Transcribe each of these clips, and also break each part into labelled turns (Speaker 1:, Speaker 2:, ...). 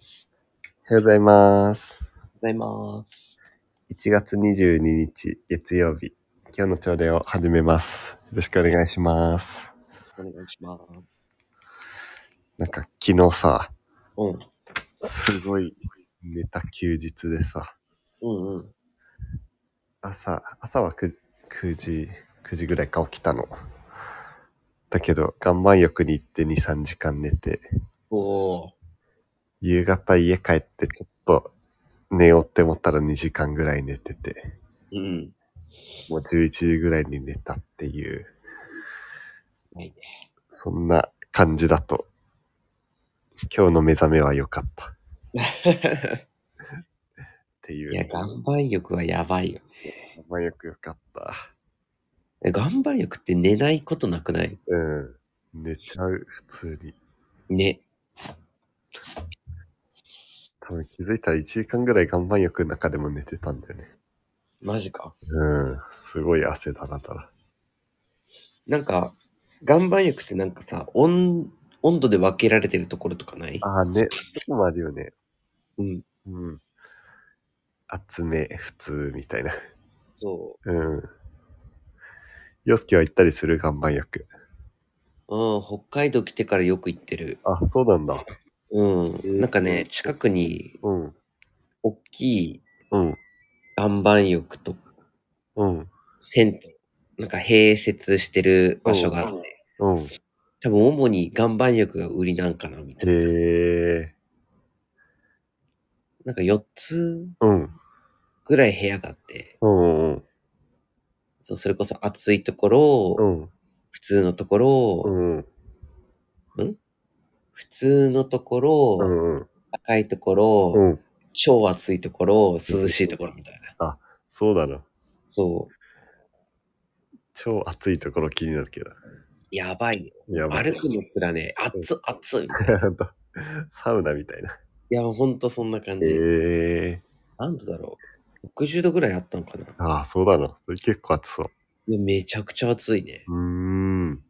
Speaker 1: おはようございます。
Speaker 2: ございます。
Speaker 1: 1月22日月曜日、今日の朝礼を始めます。よろしくお願いします。
Speaker 2: お願いします。
Speaker 1: なんか昨日さ、
Speaker 2: うん。
Speaker 1: すごい寝た休日でさ、
Speaker 2: うんうん。
Speaker 1: 朝、朝は 9, 9時、9時ぐらいか起きたの。だけど、岩盤浴に行って2、3時間寝て、
Speaker 2: おー。
Speaker 1: 夕方家帰ってちょっと寝ようって思ったら2時間ぐらい寝てて。
Speaker 2: うん。
Speaker 1: もう11時ぐらいに寝たっていう
Speaker 2: はいね、
Speaker 1: そんな感じだと、今日の目覚めは良かった。っていう
Speaker 2: いや、
Speaker 1: ね、
Speaker 2: 岩盤浴はやばいよね。
Speaker 1: まあよく良かった。
Speaker 2: え岩盤浴って寝ないことなくない
Speaker 1: うん。寝ちゃう、普通に。
Speaker 2: ね。
Speaker 1: 多分気づいたら1時間ぐらい岩盤浴の中でも寝てたんだよね。
Speaker 2: マジか。
Speaker 1: うん。すごい汗だらだら。
Speaker 2: なんか、岩盤浴ってなんかさ、温、温度で分けられてるところとかない
Speaker 1: ああ ね、そこもあるよね。
Speaker 2: うん。
Speaker 1: うん。厚め、普通みたいな。
Speaker 2: そ
Speaker 1: うん。洋介は行ったりする岩盤浴。
Speaker 2: う。うん、北海道来てからよく行ってる。
Speaker 1: あ、そうなんだ。
Speaker 2: うん。なんかね、近くに、
Speaker 1: うん。
Speaker 2: 大きい
Speaker 1: うん。
Speaker 2: 岩盤浴と
Speaker 1: うん。
Speaker 2: 銭湯、なんか併設してる場所があって、
Speaker 1: うん。
Speaker 2: 多分主に岩盤浴が売りなんかな、みたいな。
Speaker 1: へえ。
Speaker 2: なんか4つ
Speaker 1: うん。
Speaker 2: ぐらい部屋があって、
Speaker 1: うん。うん。
Speaker 2: そうそれこそ暑いところ、
Speaker 1: うん。
Speaker 2: 普通のところ、
Speaker 1: うん。
Speaker 2: 普通のところ、
Speaker 1: うん。
Speaker 2: 高いところ、
Speaker 1: うん。
Speaker 2: 超暑いところ、涼しいところみたいな。
Speaker 1: そうだな。
Speaker 2: そう。
Speaker 1: 超暑いところ気になるけど。
Speaker 2: やばいよ。
Speaker 1: やばい。
Speaker 2: 歩くのすらね、暑、暑いみたいな。
Speaker 1: ほんと サウナみたいな。
Speaker 2: いや、ほんとそんな感じ。
Speaker 1: へえ。
Speaker 2: なんでだろう。60度ぐらいあったのかな。
Speaker 1: ああ、そうだな。それ結構暑そう。
Speaker 2: いや、めちゃくちゃ暑いね。
Speaker 1: うーん。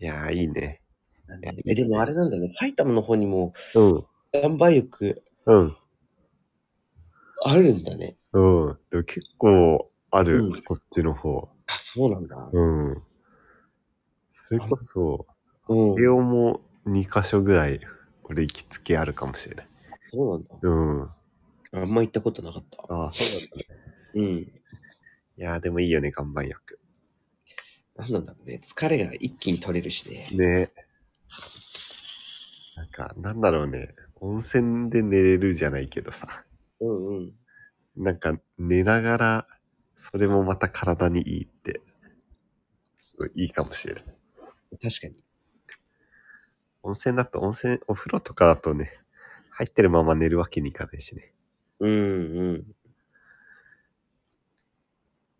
Speaker 1: いやー、いいね。
Speaker 2: え、でもあれなんだね、埼玉の方にも
Speaker 1: うん。
Speaker 2: 岩盤浴
Speaker 1: うん。
Speaker 2: あるんだね。
Speaker 1: うん。でも結構ある、
Speaker 2: うん
Speaker 1: こっちの方。
Speaker 2: あ、そうなんだ。
Speaker 1: うん。それこそ、
Speaker 2: うん。
Speaker 1: 栄養も2箇所ぐらい俺行きつけあるかもしれない。
Speaker 2: そうなん
Speaker 1: うん。あ
Speaker 2: だ。あんま行ったことなかった。
Speaker 1: あ、そうなんだね。
Speaker 2: うん。
Speaker 1: いやーでもいいよね、岩盤浴。
Speaker 2: なんなんだろうね。疲れが一気に取れるしね。
Speaker 1: ねなんか、なんだろうね。温泉で寝れるじゃないけどさ。
Speaker 2: うんうん。
Speaker 1: なんか、寝ながら、それもまた体にいいって、すごいいいかもしれない。
Speaker 2: 確かに。
Speaker 1: 温泉だと、温泉、お風呂とかだとね、入ってるまま寝るわけにいかないしね。
Speaker 2: うんうん。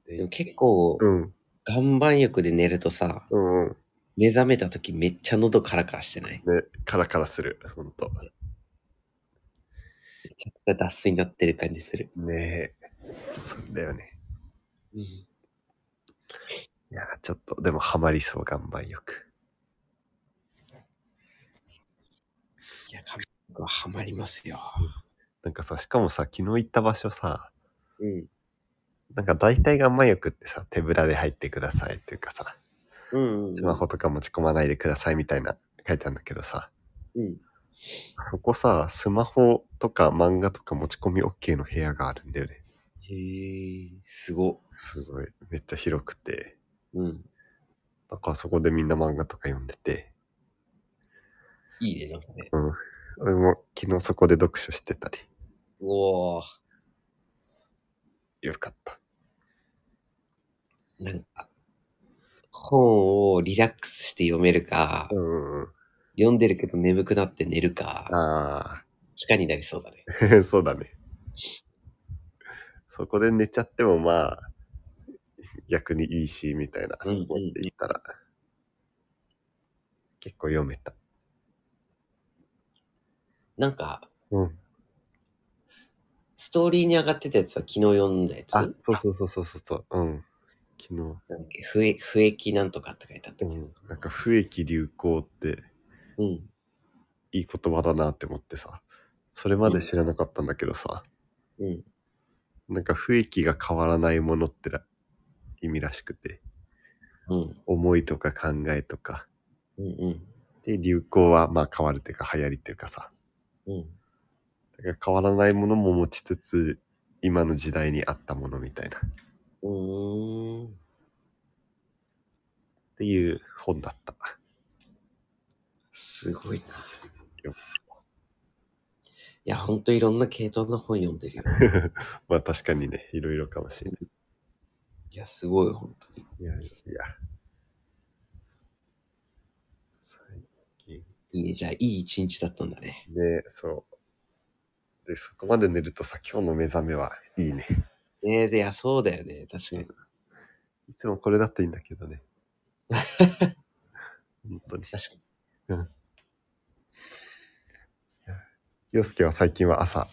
Speaker 2: でも結構
Speaker 1: う、ん。
Speaker 2: 岩盤浴で寝るとさ、
Speaker 1: うんうん。
Speaker 2: 目覚めた時めっちゃ喉カラカラしてない。
Speaker 1: ね、カラカラする、ほんと。
Speaker 2: めちゃくちゃ脱水になってる感じする。
Speaker 1: ねえ。そうだよね。
Speaker 2: うん。
Speaker 1: いやー、ちょっと、でもハマりそう、岩盤浴。
Speaker 2: いや、岩盤浴はハマりますよ。
Speaker 1: なんかさ、しかもさ、昨日行った場所さ、
Speaker 2: うん。
Speaker 1: なんか大体岩盤浴ってさ、手ぶらで入ってくださいっていうかさ、
Speaker 2: うん、うん。
Speaker 1: スマホとか持ち込まないでくださいみたいな書いてあるんだけどさ、
Speaker 2: うん。
Speaker 1: そこさ、スマホとか漫画とか持ち込み OK の部屋があるんだよね。
Speaker 2: へえ、すご。
Speaker 1: すごい、めっちゃ広くて。
Speaker 2: うん。
Speaker 1: だからそこでみんな漫画とか読んでて、
Speaker 2: いいね、なんかね。
Speaker 1: 俺も昨日そこで読書してたり、
Speaker 2: うおー
Speaker 1: よかった。
Speaker 2: なんか、本をリラックスして読めるか、
Speaker 1: うんうん。
Speaker 2: 読んでるけど眠くなって寝るか、
Speaker 1: あ
Speaker 2: 地下になりそうだね。
Speaker 1: ー、そうだね。 そこで寝ちゃってもまあ、逆にいいし、みたいな。
Speaker 2: うんうん
Speaker 1: で言ったら、結構読めた。
Speaker 2: なんか、
Speaker 1: うん。
Speaker 2: ストーリーに上がってたやつは昨日読んだやつ
Speaker 1: あ
Speaker 2: な、
Speaker 1: そうそうそうそうそうそう。うん。昨日、
Speaker 2: んだっけ不え不益なんとかって書いてあった
Speaker 1: う
Speaker 2: けど。
Speaker 1: ん、なんか、不益流行って
Speaker 2: うん。
Speaker 1: いい言葉だなって思ってさ。それまで知らなかったんだけどさ、
Speaker 2: うん。
Speaker 1: なんか雰囲気が変わらないものってら意味らしくて、
Speaker 2: うん。
Speaker 1: 思いとか考えとか、
Speaker 2: うん。うん。
Speaker 1: で、流行はまあ変わるっていうか流行りっていうかさ、
Speaker 2: うん。
Speaker 1: だから変わらないものも持ちつつ、今の時代に合ったものみたいな、っ
Speaker 2: うーん。
Speaker 1: ていう本だった。
Speaker 2: すごいな。
Speaker 1: よ
Speaker 2: いや、ほんといろんな系統の本読んでるよ。
Speaker 1: まあ確かにね、いろいろかもしれない。
Speaker 2: いや、すごい、ほんとに。
Speaker 1: いやいや。最近
Speaker 2: いいね、じゃあ、いい一日だったんだね。
Speaker 1: ね、そう。で、そこまで寝るとさ、今日の目覚めはいいね。
Speaker 2: ねえ、で、いや、そうだよね。確かに。
Speaker 1: いつもこれだといいんだけどね。本当に。
Speaker 2: 確かに。
Speaker 1: 洋介は最近は朝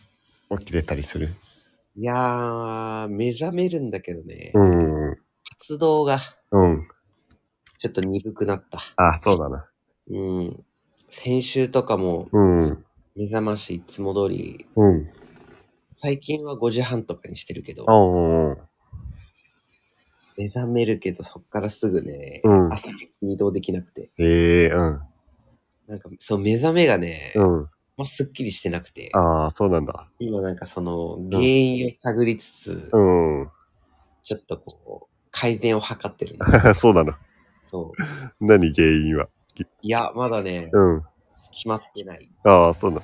Speaker 1: 起きれたりする
Speaker 2: いやー、目覚めるんだけどね、
Speaker 1: ん。うん。
Speaker 2: 活動が
Speaker 1: うん
Speaker 2: ちょっと鈍くなった。
Speaker 1: あ、そうだな。
Speaker 2: うん。先週とかも
Speaker 1: うん。
Speaker 2: 目覚ましいつも通り、
Speaker 1: うん。
Speaker 2: 最近は5時半とかにしてるけど、
Speaker 1: うん。
Speaker 2: 目覚めるけどそっからすぐね、
Speaker 1: うん
Speaker 2: 朝に移動できなくて、
Speaker 1: ええうん。
Speaker 2: なんかそう目覚めがね、
Speaker 1: うん。
Speaker 2: まあ、すっきりしてなくて、
Speaker 1: ああ、そうなんだ。
Speaker 2: 今なんかその原因を探りつつ、
Speaker 1: うん。
Speaker 2: ちょっとこう、改善を図ってるんだ。
Speaker 1: そうなの。
Speaker 2: そう。
Speaker 1: 何原因は。
Speaker 2: いや、まだね、
Speaker 1: うん。
Speaker 2: 決まってない。
Speaker 1: ああ、そうな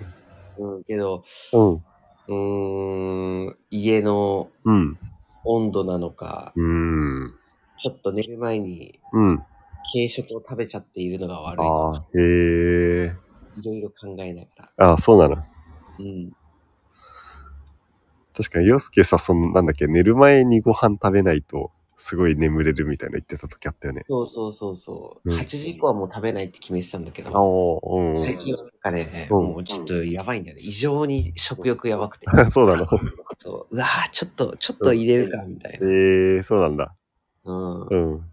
Speaker 2: うん、けど、
Speaker 1: の。
Speaker 2: うーん、家の
Speaker 1: うん。
Speaker 2: 温度なのか、
Speaker 1: うん。うん。
Speaker 2: ちょっと寝る前に
Speaker 1: うん。
Speaker 2: 軽食を食べちゃっているのが悪い
Speaker 1: あ
Speaker 2: の
Speaker 1: あ
Speaker 2: か、、
Speaker 1: へえ。
Speaker 2: いろいろ考えながら。
Speaker 1: ああ、そうなの。
Speaker 2: うん。
Speaker 1: 確かに、洋介さ、その、なんだっけ、寝る前にご飯食べないと、すごい眠れるみたいな言ってた時あったよね。
Speaker 2: そうそうそうそ
Speaker 1: う
Speaker 2: う。
Speaker 1: ん
Speaker 2: 8時以降はもう食べないって決めてたんだけど、
Speaker 1: お、うん。
Speaker 2: 最近はなんかね、
Speaker 1: うん
Speaker 2: もうちょっとやばいんだよね。異常に食欲やばくて。
Speaker 1: そうなの。
Speaker 2: そう、うわぁ、ちょっと、ちょっと入れるか、みたいな。
Speaker 1: ええそうなんだ。
Speaker 2: うん。だか
Speaker 1: うん。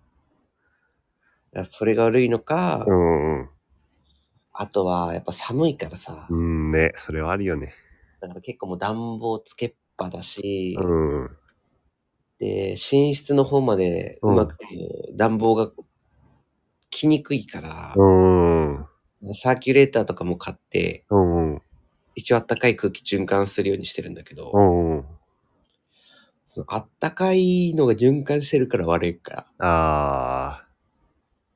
Speaker 2: らそれが悪いのか
Speaker 1: う、んうん。
Speaker 2: あとはやっぱ寒いからさ
Speaker 1: う、んね、それはあるよね。
Speaker 2: だから結構もう暖房つけっぱだし、
Speaker 1: うん。うん
Speaker 2: で、寝室の方までうまくこう暖房が来にくいから、
Speaker 1: うん。
Speaker 2: サーキュレーターとかも買って、
Speaker 1: うんうん。
Speaker 2: 一応あったかい空気循環するようにしてるんだけど、
Speaker 1: うんうん。
Speaker 2: そのあったかいのが循環してるから悪いから、
Speaker 1: ああ、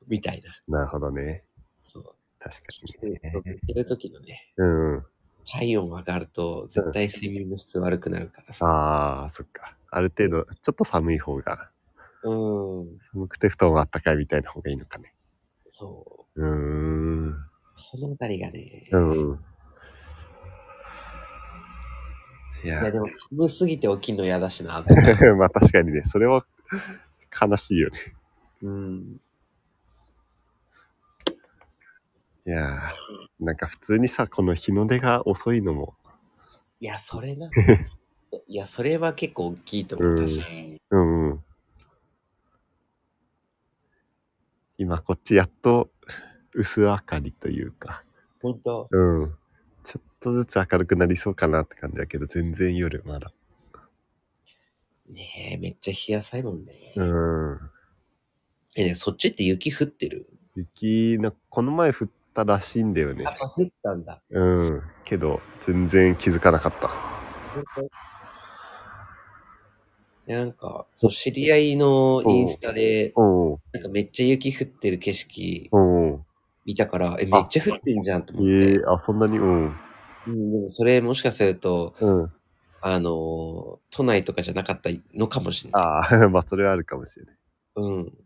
Speaker 2: みたいな。
Speaker 1: なるほどね。
Speaker 2: そう。
Speaker 1: 確かに
Speaker 2: で
Speaker 1: ね。
Speaker 2: 寝てる時のね、
Speaker 1: うん。
Speaker 2: 体温上がると絶対睡眠の質悪くなるからさ。
Speaker 1: ああ、そっか。ある程度、ちょっと寒い方が、
Speaker 2: うん。
Speaker 1: 寒くて布団はあったかいみたいな方がいいのかね。
Speaker 2: そう
Speaker 1: ーん。
Speaker 2: う。そのあたりがね、
Speaker 1: うん。いや
Speaker 2: い、やでも、寒すぎて起きるの嫌だしな、
Speaker 1: まあ確かにね、それは悲しいよね。
Speaker 2: うん。
Speaker 1: いやー、なんか普通にさ、この日の出が遅いのも、
Speaker 2: いや、それ な。いや、それは結構大きいと思
Speaker 1: う
Speaker 2: う。
Speaker 1: ん
Speaker 2: 確かに。
Speaker 1: うんうん。今こっちやっと薄明かりというか、
Speaker 2: 本当
Speaker 1: うん。ちょっとずつ明るくなりそうかなって感じだけど、全然夜まだ。
Speaker 2: ねえ、めっちゃ冷やさいもんね。
Speaker 1: うん。
Speaker 2: え、ねそっちって雪降ってる
Speaker 1: 雪の、この前降ったらしいんだよね
Speaker 2: あ、。降ったんだ。
Speaker 1: うん。けど、全然気づかなかった。
Speaker 2: 本当いやなんか、そう、知り合いのインスタで、
Speaker 1: おう
Speaker 2: なんかめっちゃ雪降ってる景色
Speaker 1: おう
Speaker 2: 見たから、え、めっちゃ降ってんじゃんと思っ
Speaker 1: ええ
Speaker 2: て。
Speaker 1: あ、そんなにうん。
Speaker 2: うん、でもそれもしかすると、
Speaker 1: うん。
Speaker 2: あのー都内とかじゃなかったのかもしれない。
Speaker 1: ああ、 まあ、それはあるかもしれない。
Speaker 2: うん。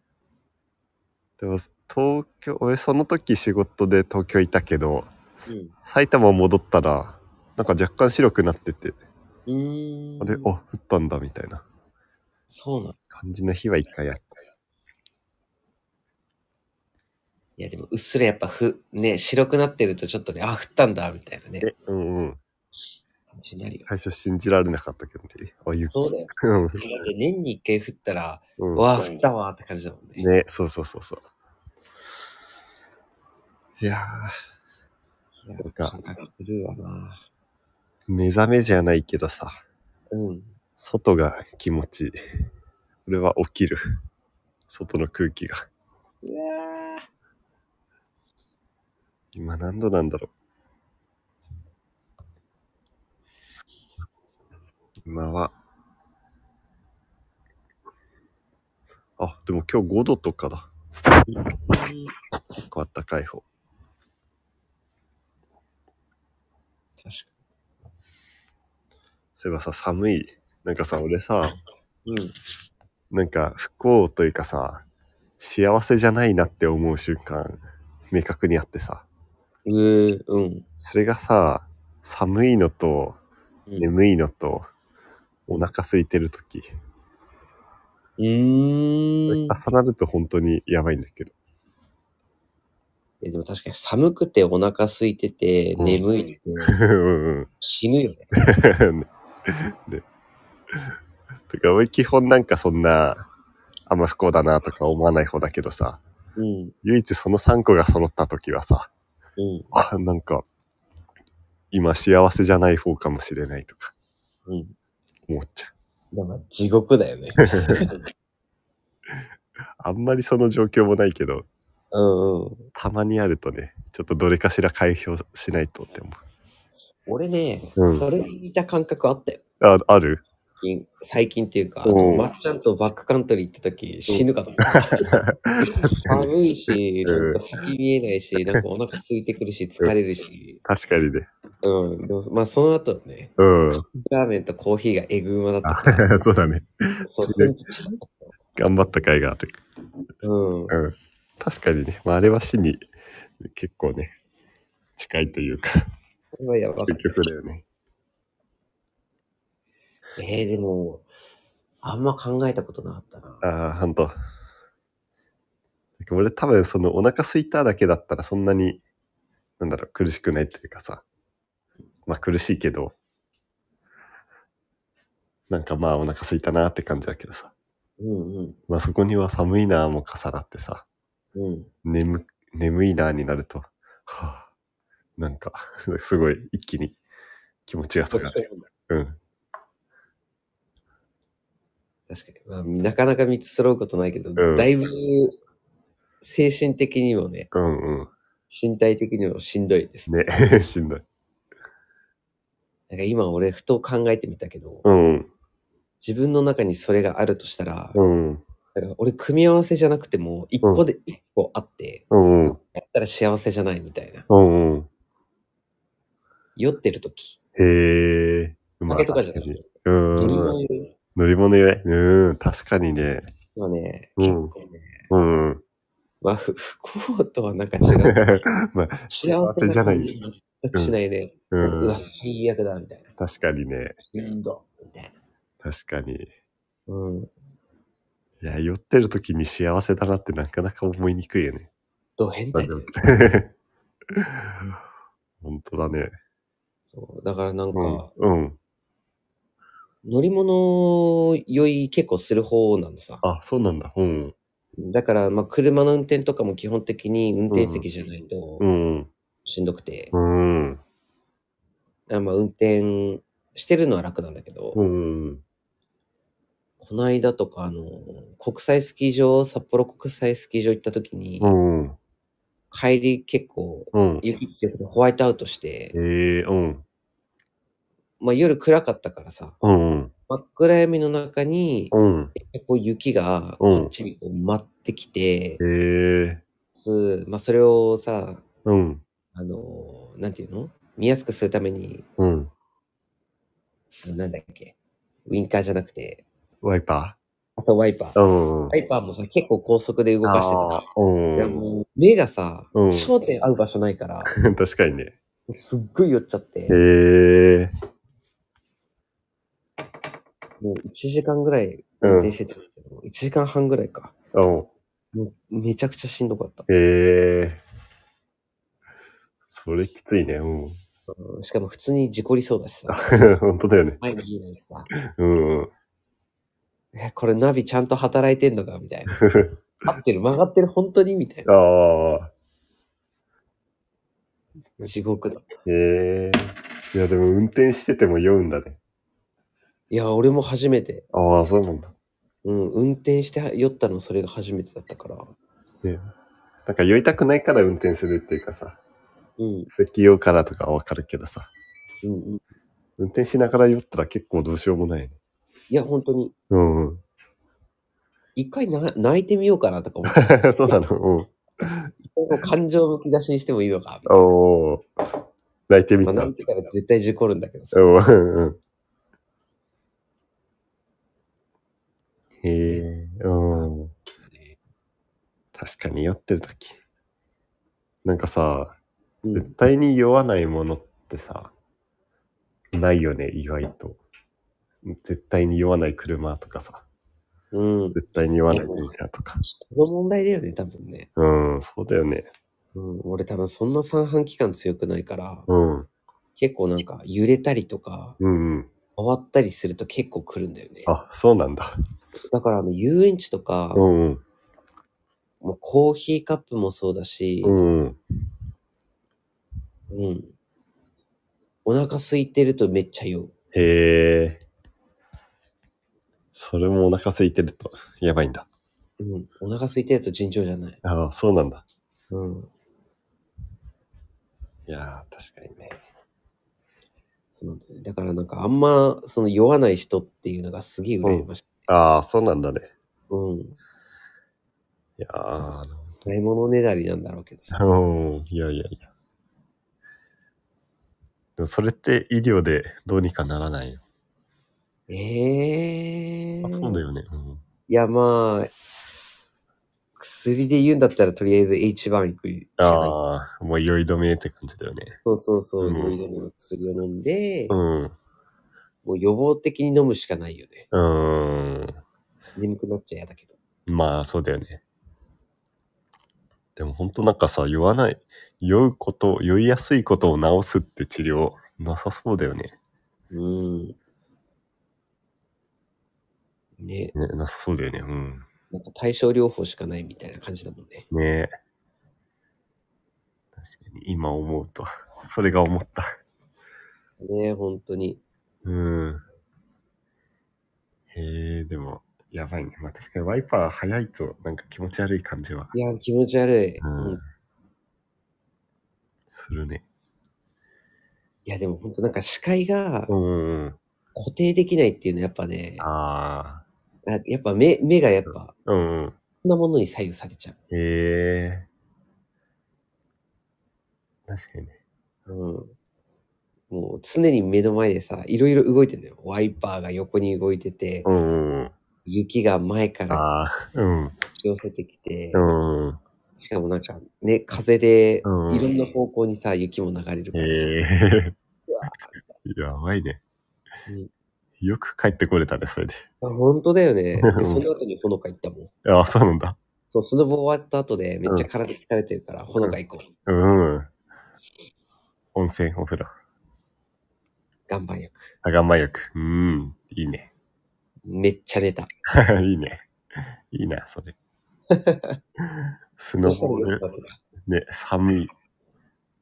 Speaker 1: でも、東京、俺、その時仕事で東京いたけど、
Speaker 2: うん。
Speaker 1: 埼玉戻ったら、なんか若干白くなってて、
Speaker 2: うーん。
Speaker 1: あれ、あ、降ったんだ、みたいな
Speaker 2: そうなん
Speaker 1: 感じの日は一回やった。
Speaker 2: いや、でも、うっすらやっぱふ、ね、白くなってるとちょっとね、あ、降ったんだ、みたいなね。
Speaker 1: え、うんうん。
Speaker 2: 感じになるよ。
Speaker 1: 最初信じられなかったけどね。あ、雪。
Speaker 2: そうだよ。
Speaker 1: うん。
Speaker 2: だって年に一回降ったら、
Speaker 1: うん、
Speaker 2: わあ、降ったわーって感じだもんね。
Speaker 1: ね、そうそうそうそう。いやー、
Speaker 2: いや
Speaker 1: なんか
Speaker 2: 感覚するわな。
Speaker 1: 目覚めじゃないけどさ、
Speaker 2: うん。
Speaker 1: 外が気持ちいい。俺は起きる。外の空気が。
Speaker 2: うわ
Speaker 1: 今何度なんだろう。今は。あ、でも今日5度とかだ。
Speaker 2: ー
Speaker 1: 結構あったかい方。
Speaker 2: 確か
Speaker 1: そういえばさ、寒い。なんかさ、俺さ、
Speaker 2: に。うん。
Speaker 1: なんか不幸というかさ、幸せじゃないなって思う瞬間、明確にあってさ、
Speaker 2: ええうん。
Speaker 1: それがさ、寒いのと、
Speaker 2: う
Speaker 1: 眠いのと、お腹空いてる時、
Speaker 2: ーん。
Speaker 1: 重なると本当にやばいんだけど。
Speaker 2: えでも確かに寒くてお腹空いてて、
Speaker 1: うん
Speaker 2: 眠いって
Speaker 1: うんうん。
Speaker 2: 死ぬよね。
Speaker 1: ね。ねとか、俺基本なんかそんな、あんま不幸だなとか思わない方だけどさ、
Speaker 2: うん。
Speaker 1: 唯一その3個が揃った時はさ、
Speaker 2: うん。
Speaker 1: あ、なんか、今幸せじゃない方かもしれないとか
Speaker 2: うん。
Speaker 1: 思っちゃ
Speaker 2: でも地獄だよ ね。
Speaker 1: う。あんまりその状況もないけど、
Speaker 2: うんうん。
Speaker 1: たまにあるとね、ちょっとどれかしら解消しないとって思
Speaker 2: 俺ね、
Speaker 1: うん
Speaker 2: それ似た感覚あったよ。
Speaker 1: う。あ、ある
Speaker 2: 最近最近っていうか、あ
Speaker 1: う
Speaker 2: の
Speaker 1: ん
Speaker 2: まっちゃんとバックカントリー行った時死ぬかと思った。寒いし、なんか先見えないし、なんかお腹空いてくるし、疲れるし。
Speaker 1: 確かにね。
Speaker 2: うん。でも、まあその後ね、
Speaker 1: うん。
Speaker 2: ラーメンとコーヒーがえぐうまだった。
Speaker 1: そうだね。
Speaker 2: そう、
Speaker 1: で
Speaker 2: うん死ぬかと
Speaker 1: 頑張った甲斐がある。
Speaker 2: 思った。
Speaker 1: うん。確かにね。まあ、あれは死に結構ね、近いというか、
Speaker 2: うん。まあやばかった
Speaker 1: 結局だよね。
Speaker 2: えー、でも、あんま考えたことなかったな。
Speaker 1: ああ、ほんと。俺多分そのお腹空いただけだったらそんなに、なんだろう、苦しくないというかさ。まあ苦しいけど、なんかまあお腹空いたなって感じだけどさ。
Speaker 2: うんうん。
Speaker 1: まあそこには寒いなも重なってさ、
Speaker 2: うん。
Speaker 1: 眠、眠いなになると、はあ、なんか、 すごい一気に気持ちが下がる。うん。
Speaker 2: 確かに、まあ。なかなか見つ揃うことないけど、
Speaker 1: ん
Speaker 2: だいぶ、精神的にもね、
Speaker 1: うんうん。
Speaker 2: 身体的にもしんどいです。
Speaker 1: ね、しん どい。
Speaker 2: なんか今俺、ふと考えてみたけど、
Speaker 1: うんうん。
Speaker 2: 自分の中にそれがあるとしたら、
Speaker 1: うん
Speaker 2: だから俺、組み合わせじゃなくても、一個で一個あって、
Speaker 1: うん。うん
Speaker 2: だったら幸せじゃないみたいな。
Speaker 1: うんうん。
Speaker 2: 酔ってる時
Speaker 1: へえ。うま
Speaker 2: 酒とかじゃなくて、
Speaker 1: う
Speaker 2: 乗り物
Speaker 1: ん。
Speaker 2: 酔い
Speaker 1: 乗り物酔い。うん。確かにね。
Speaker 2: はね、
Speaker 1: うん
Speaker 2: 結構ね、
Speaker 1: うんうん。
Speaker 2: まあ、ふ不幸とはなんか違う。
Speaker 1: まあ、
Speaker 2: 幸せ
Speaker 1: じゃない。
Speaker 2: 全くしないで、
Speaker 1: う
Speaker 2: なんかうんわ、。最悪だ、みたいな。
Speaker 1: 確かにね。
Speaker 2: しんど、みたいな。
Speaker 1: 確かに。い
Speaker 2: うん。
Speaker 1: や、酔ってる時に幸せだなってなかなか思いにくいよね。
Speaker 2: ど変態だよね。
Speaker 1: 本当だね。
Speaker 2: そう。だからなん
Speaker 1: うん
Speaker 2: か、。
Speaker 1: うん。
Speaker 2: 乗り物酔い結構する方なのさ。
Speaker 1: あ、そうなんだ。うん。
Speaker 2: だから、まあ、車の運転とかも基本的に運転席じゃないと
Speaker 1: うん。
Speaker 2: しんどくて、
Speaker 1: うん。
Speaker 2: あまあ、運転してるのは楽なんだけど、
Speaker 1: うん。
Speaker 2: この間とか、あの、国際スキー場、札幌国際スキー場行った時に、
Speaker 1: うん。
Speaker 2: 帰り結構、
Speaker 1: うん。
Speaker 2: 雪強くてホワイトアウトして、
Speaker 1: ええ、うん。
Speaker 2: まあ、夜暗かったからさ、
Speaker 1: うん。
Speaker 2: 真っ暗闇の中に、
Speaker 1: うん。
Speaker 2: こう雪が
Speaker 1: うん
Speaker 2: こっちにこう舞ってきて、
Speaker 1: ええ。
Speaker 2: つまあ、それをさ、
Speaker 1: うん。
Speaker 2: あのーなんていうの見やすくするために、
Speaker 1: うん。
Speaker 2: あのなんだっけ、ウィンカーじゃなくて、
Speaker 1: ワイパ
Speaker 2: あとワイパー。
Speaker 1: ーうん。
Speaker 2: ワイパーもさ、結構高速で動かしてたから。
Speaker 1: あー
Speaker 2: いや
Speaker 1: う
Speaker 2: もう目がさ、
Speaker 1: うん
Speaker 2: 焦点合う場所ないから、
Speaker 1: ん。 確かにね。
Speaker 2: すっごい酔っちゃって
Speaker 1: へ、え。
Speaker 2: もう1時間ぐらい運転してたんだけど、1時間半ぐらいか。
Speaker 1: うん。
Speaker 2: もうめちゃくちゃしんどかった。
Speaker 1: へえ。それきついね。うん。
Speaker 2: うんしかも普通に事故りそうだしさ、
Speaker 1: 本当だよね。
Speaker 2: 前が見えないしさ、
Speaker 1: うん。
Speaker 2: え、これナビちゃんと働いてんのかみたいな。合ってる、曲がってる、本当にみたいな。
Speaker 1: ああ。
Speaker 2: 地獄だ。
Speaker 1: へえ。いや、でも運転してても酔うんだね。
Speaker 2: いや、俺も初めて。
Speaker 1: ああ、そうなんだ。
Speaker 2: うん、運転して酔ったのそれが初めてだったから。
Speaker 1: ねなんか酔いたくないから運転するっていうかさ、
Speaker 2: うん、
Speaker 1: 咳用からとかはわかるけどさ、
Speaker 2: うん、うん。
Speaker 1: 運転しながら酔ったら結構どうしようもないね。
Speaker 2: いや、本当に、
Speaker 1: うん うん。
Speaker 2: 一回な泣いてみようかなとか思って、
Speaker 1: そうなの。
Speaker 2: もう感情むき出しにしてもいいのか
Speaker 1: うん。
Speaker 2: みたい
Speaker 1: おお。泣いてみ
Speaker 2: な。まあ、
Speaker 1: た。
Speaker 2: 泣いてから絶対事故るんだけどさ。
Speaker 1: うんうんうん。へえ、うん。確かに酔ってる時。なんかさ、
Speaker 2: うん
Speaker 1: 絶対に酔わないものってさ、ないよね、意外と。絶対に酔わない車とかさ、
Speaker 2: うん。
Speaker 1: 絶対に酔わない電車とか。
Speaker 2: この問題だよね、多分ね。
Speaker 1: うん、そうだよね。
Speaker 2: うん、俺多分そんな三半規管強くないから、
Speaker 1: うん、うん
Speaker 2: 結構なんか揺れたりとか、
Speaker 1: うん。
Speaker 2: 回ったりすると結構来るんだよね。
Speaker 1: あ、そうなんだ。
Speaker 2: だからあの遊園地とか、
Speaker 1: うんうん。
Speaker 2: もうコーヒーカップもそうだし、
Speaker 1: うんうん。
Speaker 2: うん。お腹空いてるとめっちゃ酔う。
Speaker 1: へえ。それもお腹空いてると やばいんだ。
Speaker 2: うん。お腹空いてると尋常じゃない。
Speaker 1: ああ、そうなんだ。
Speaker 2: うん。
Speaker 1: いやー、確かにね。
Speaker 2: そうなんだよね。だからなんかあんま、その酔わない人っていうのがすげえ羨ましい。
Speaker 1: ああ、そうなんだね。
Speaker 2: うん。
Speaker 1: いやー、あの
Speaker 2: ないものねだりなんだろうけどさ。
Speaker 1: うん、いやいやいや。でもそれって医療でどうにかならないよ。
Speaker 2: ええ
Speaker 1: あ
Speaker 2: ー。
Speaker 1: そうだよね。うん、
Speaker 2: いや、まあ、薬で言うんだったら、とりあえず H 番行くしかない。
Speaker 1: ああ、もう酔い止めって感じだよね。
Speaker 2: そうそうそう、
Speaker 1: うん
Speaker 2: ノイドの薬を飲んで、
Speaker 1: うん。
Speaker 2: もう予防的に飲むしかないよね。
Speaker 1: う
Speaker 2: 眠くなっちゃ嫌だけど。
Speaker 1: ーん。まあ、そうだよね。でも本当なんかさ、酔わない、酔うこと、酔いやすいことを治すって治療なさそうだよね。
Speaker 2: うん。ね、
Speaker 1: ねなさそうだよね。うん。
Speaker 2: なんか対症療法しかないみたいな感じだもんね。
Speaker 1: ねえ。確かに、今思うと、それが思った。
Speaker 2: ね本当に。
Speaker 1: うん。へえ、でも、やばいね。まあ確かにワイパー早いと、なんか気持ち悪い感じはい
Speaker 2: や、気持ち悪い。
Speaker 1: うん
Speaker 2: うん
Speaker 1: するね。
Speaker 2: いや、でも本当なんか視界が
Speaker 1: うんうんうん。
Speaker 2: 固定できないっていうのはやっぱね、
Speaker 1: ああ。
Speaker 2: あやっぱ目、目がやっぱ、
Speaker 1: うんうん。
Speaker 2: こんなものに左右されちゃ
Speaker 1: へえ。確かにね。
Speaker 2: う。うん。もう常に目の前でさ、いろいろ動いてんだよ。ワイパーが横に動いてて、
Speaker 1: うんうんうん。
Speaker 2: 雪が前から
Speaker 1: ああ。うん。
Speaker 2: 打ち寄せてきて
Speaker 1: う、んうん。
Speaker 2: しかもなんかね、風でい
Speaker 1: うん
Speaker 2: ろんな方向にさ、雪も流れる
Speaker 1: へ
Speaker 2: からさ。
Speaker 1: え。 やばいね
Speaker 2: うん。
Speaker 1: よく帰ってこれたね、それで。
Speaker 2: あ本当だよ ね。
Speaker 1: う
Speaker 2: で、
Speaker 1: ん
Speaker 2: その後にほのか行ったもん。
Speaker 1: ああ、そうなんだ。
Speaker 2: そう、スノボ終わった後でめっちゃ体疲れてるから、ほのか行こう。
Speaker 1: うんうん。温泉、お風呂。
Speaker 2: 岩盤浴。
Speaker 1: あがまよく。うん。いいね。
Speaker 2: めっちゃ寝た。
Speaker 1: いいね。いいな、そ れ。スノボール、ね、寒い。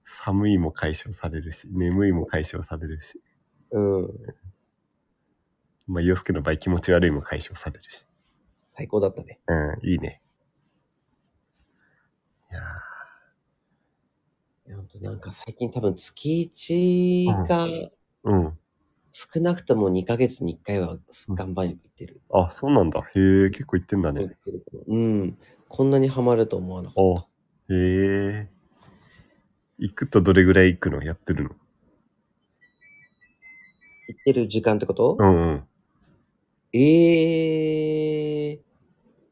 Speaker 1: 寒いも解消されるし、眠いも解消されるし、
Speaker 2: うん。
Speaker 1: まあ、洋介の場合気持ち悪いも解消されるし。
Speaker 2: 最高だったね。
Speaker 1: うん、いいね。いや
Speaker 2: いや本当なんか最近多分月1が
Speaker 1: ーうん。
Speaker 2: 少なくとも2ヶ月に1回は岩盤浴行ってる。
Speaker 1: あ、そうなんだ。へえ、結構行ってんだ
Speaker 2: 行
Speaker 1: ね
Speaker 2: っ。てるうん。こんなにハマると思わなかっ
Speaker 1: あ
Speaker 2: た。
Speaker 1: へえ。行くとどれぐらい行くのやってるの
Speaker 2: 行ってる時間ってこと、
Speaker 1: うんうん。
Speaker 2: ええー。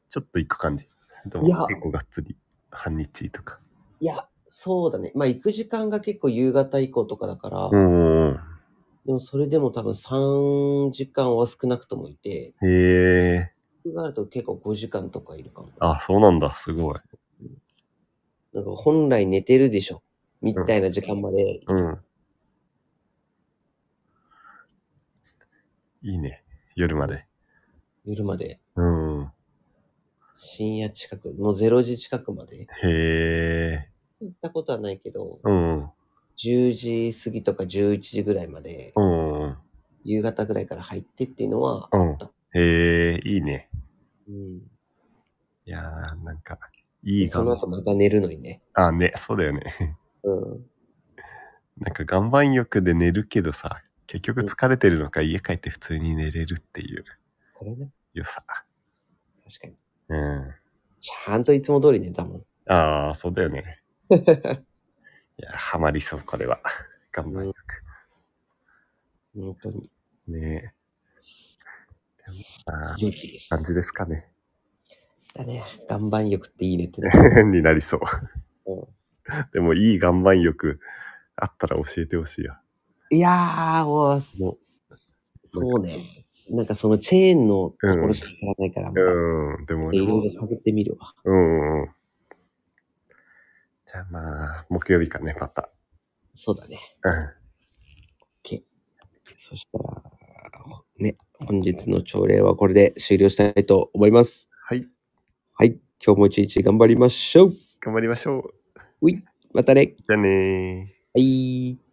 Speaker 1: ちょっと行く感じ。で
Speaker 2: い
Speaker 1: も
Speaker 2: や
Speaker 1: 結構がっつり、半日とか。
Speaker 2: いや、そうだね。まあ行く時間が結構夕方以降とかだから、
Speaker 1: うんうんうん。
Speaker 2: でもそれでも多分3時間は少なくともい
Speaker 1: へ
Speaker 2: て、
Speaker 1: え。
Speaker 2: 僕があると結構5時間とかいるかも。
Speaker 1: あ、そうなんだ。すごい。
Speaker 2: なんか本来寝てるでしょみたいな時間まで。
Speaker 1: うん。いいね。夜まで。
Speaker 2: 夜まで、
Speaker 1: うん。へ
Speaker 2: 深夜近く、もう0時近くまで。
Speaker 1: え。
Speaker 2: 行ったことはないけど、
Speaker 1: うん。
Speaker 2: 10時過ぎとか11時ぐらいまで、
Speaker 1: うん。
Speaker 2: 夕方ぐらいから入ってっていうのは、
Speaker 1: うん。へえ、いいね。
Speaker 2: うん、
Speaker 1: いやー、なんか、いい
Speaker 2: そ
Speaker 1: 頑
Speaker 2: の後また寝るのにね。
Speaker 1: あ、ね、そうだよね。
Speaker 2: うん。
Speaker 1: なんか岩盤浴で寝るけどさ、結局疲れてるのか家帰って普通に寝れるっていう
Speaker 2: それね。
Speaker 1: 良さ。
Speaker 2: 確かに。
Speaker 1: うん。
Speaker 2: ちゃんといつも通り寝たもん。
Speaker 1: ああ、そうだよ ね。いや、ハマりそう、これは。岩盤浴。
Speaker 2: 本当に。
Speaker 1: ねえ。でも、あー
Speaker 2: 良きです。
Speaker 1: 感じですかね。
Speaker 2: だね。岩盤浴っていいねってね。
Speaker 1: になりそう。
Speaker 2: う
Speaker 1: でも、いい岩盤浴あったら教えてほしいよ。
Speaker 2: ん、 いやー、もう、そうね。なんかそのチェーンのところしか知らないから、また
Speaker 1: うん、でも、
Speaker 2: いろいろ探ってみるわ。
Speaker 1: うんうん。じゃあまあ、木曜日かね、また。
Speaker 2: そうだね。
Speaker 1: うん。
Speaker 2: そしたら、ね、本日の朝礼はこれで終了したいと思います。
Speaker 1: はい、
Speaker 2: はい。今日も一日頑張りましょう。
Speaker 1: 頑張りましょう。
Speaker 2: またね。
Speaker 1: じゃあねー。
Speaker 2: はい。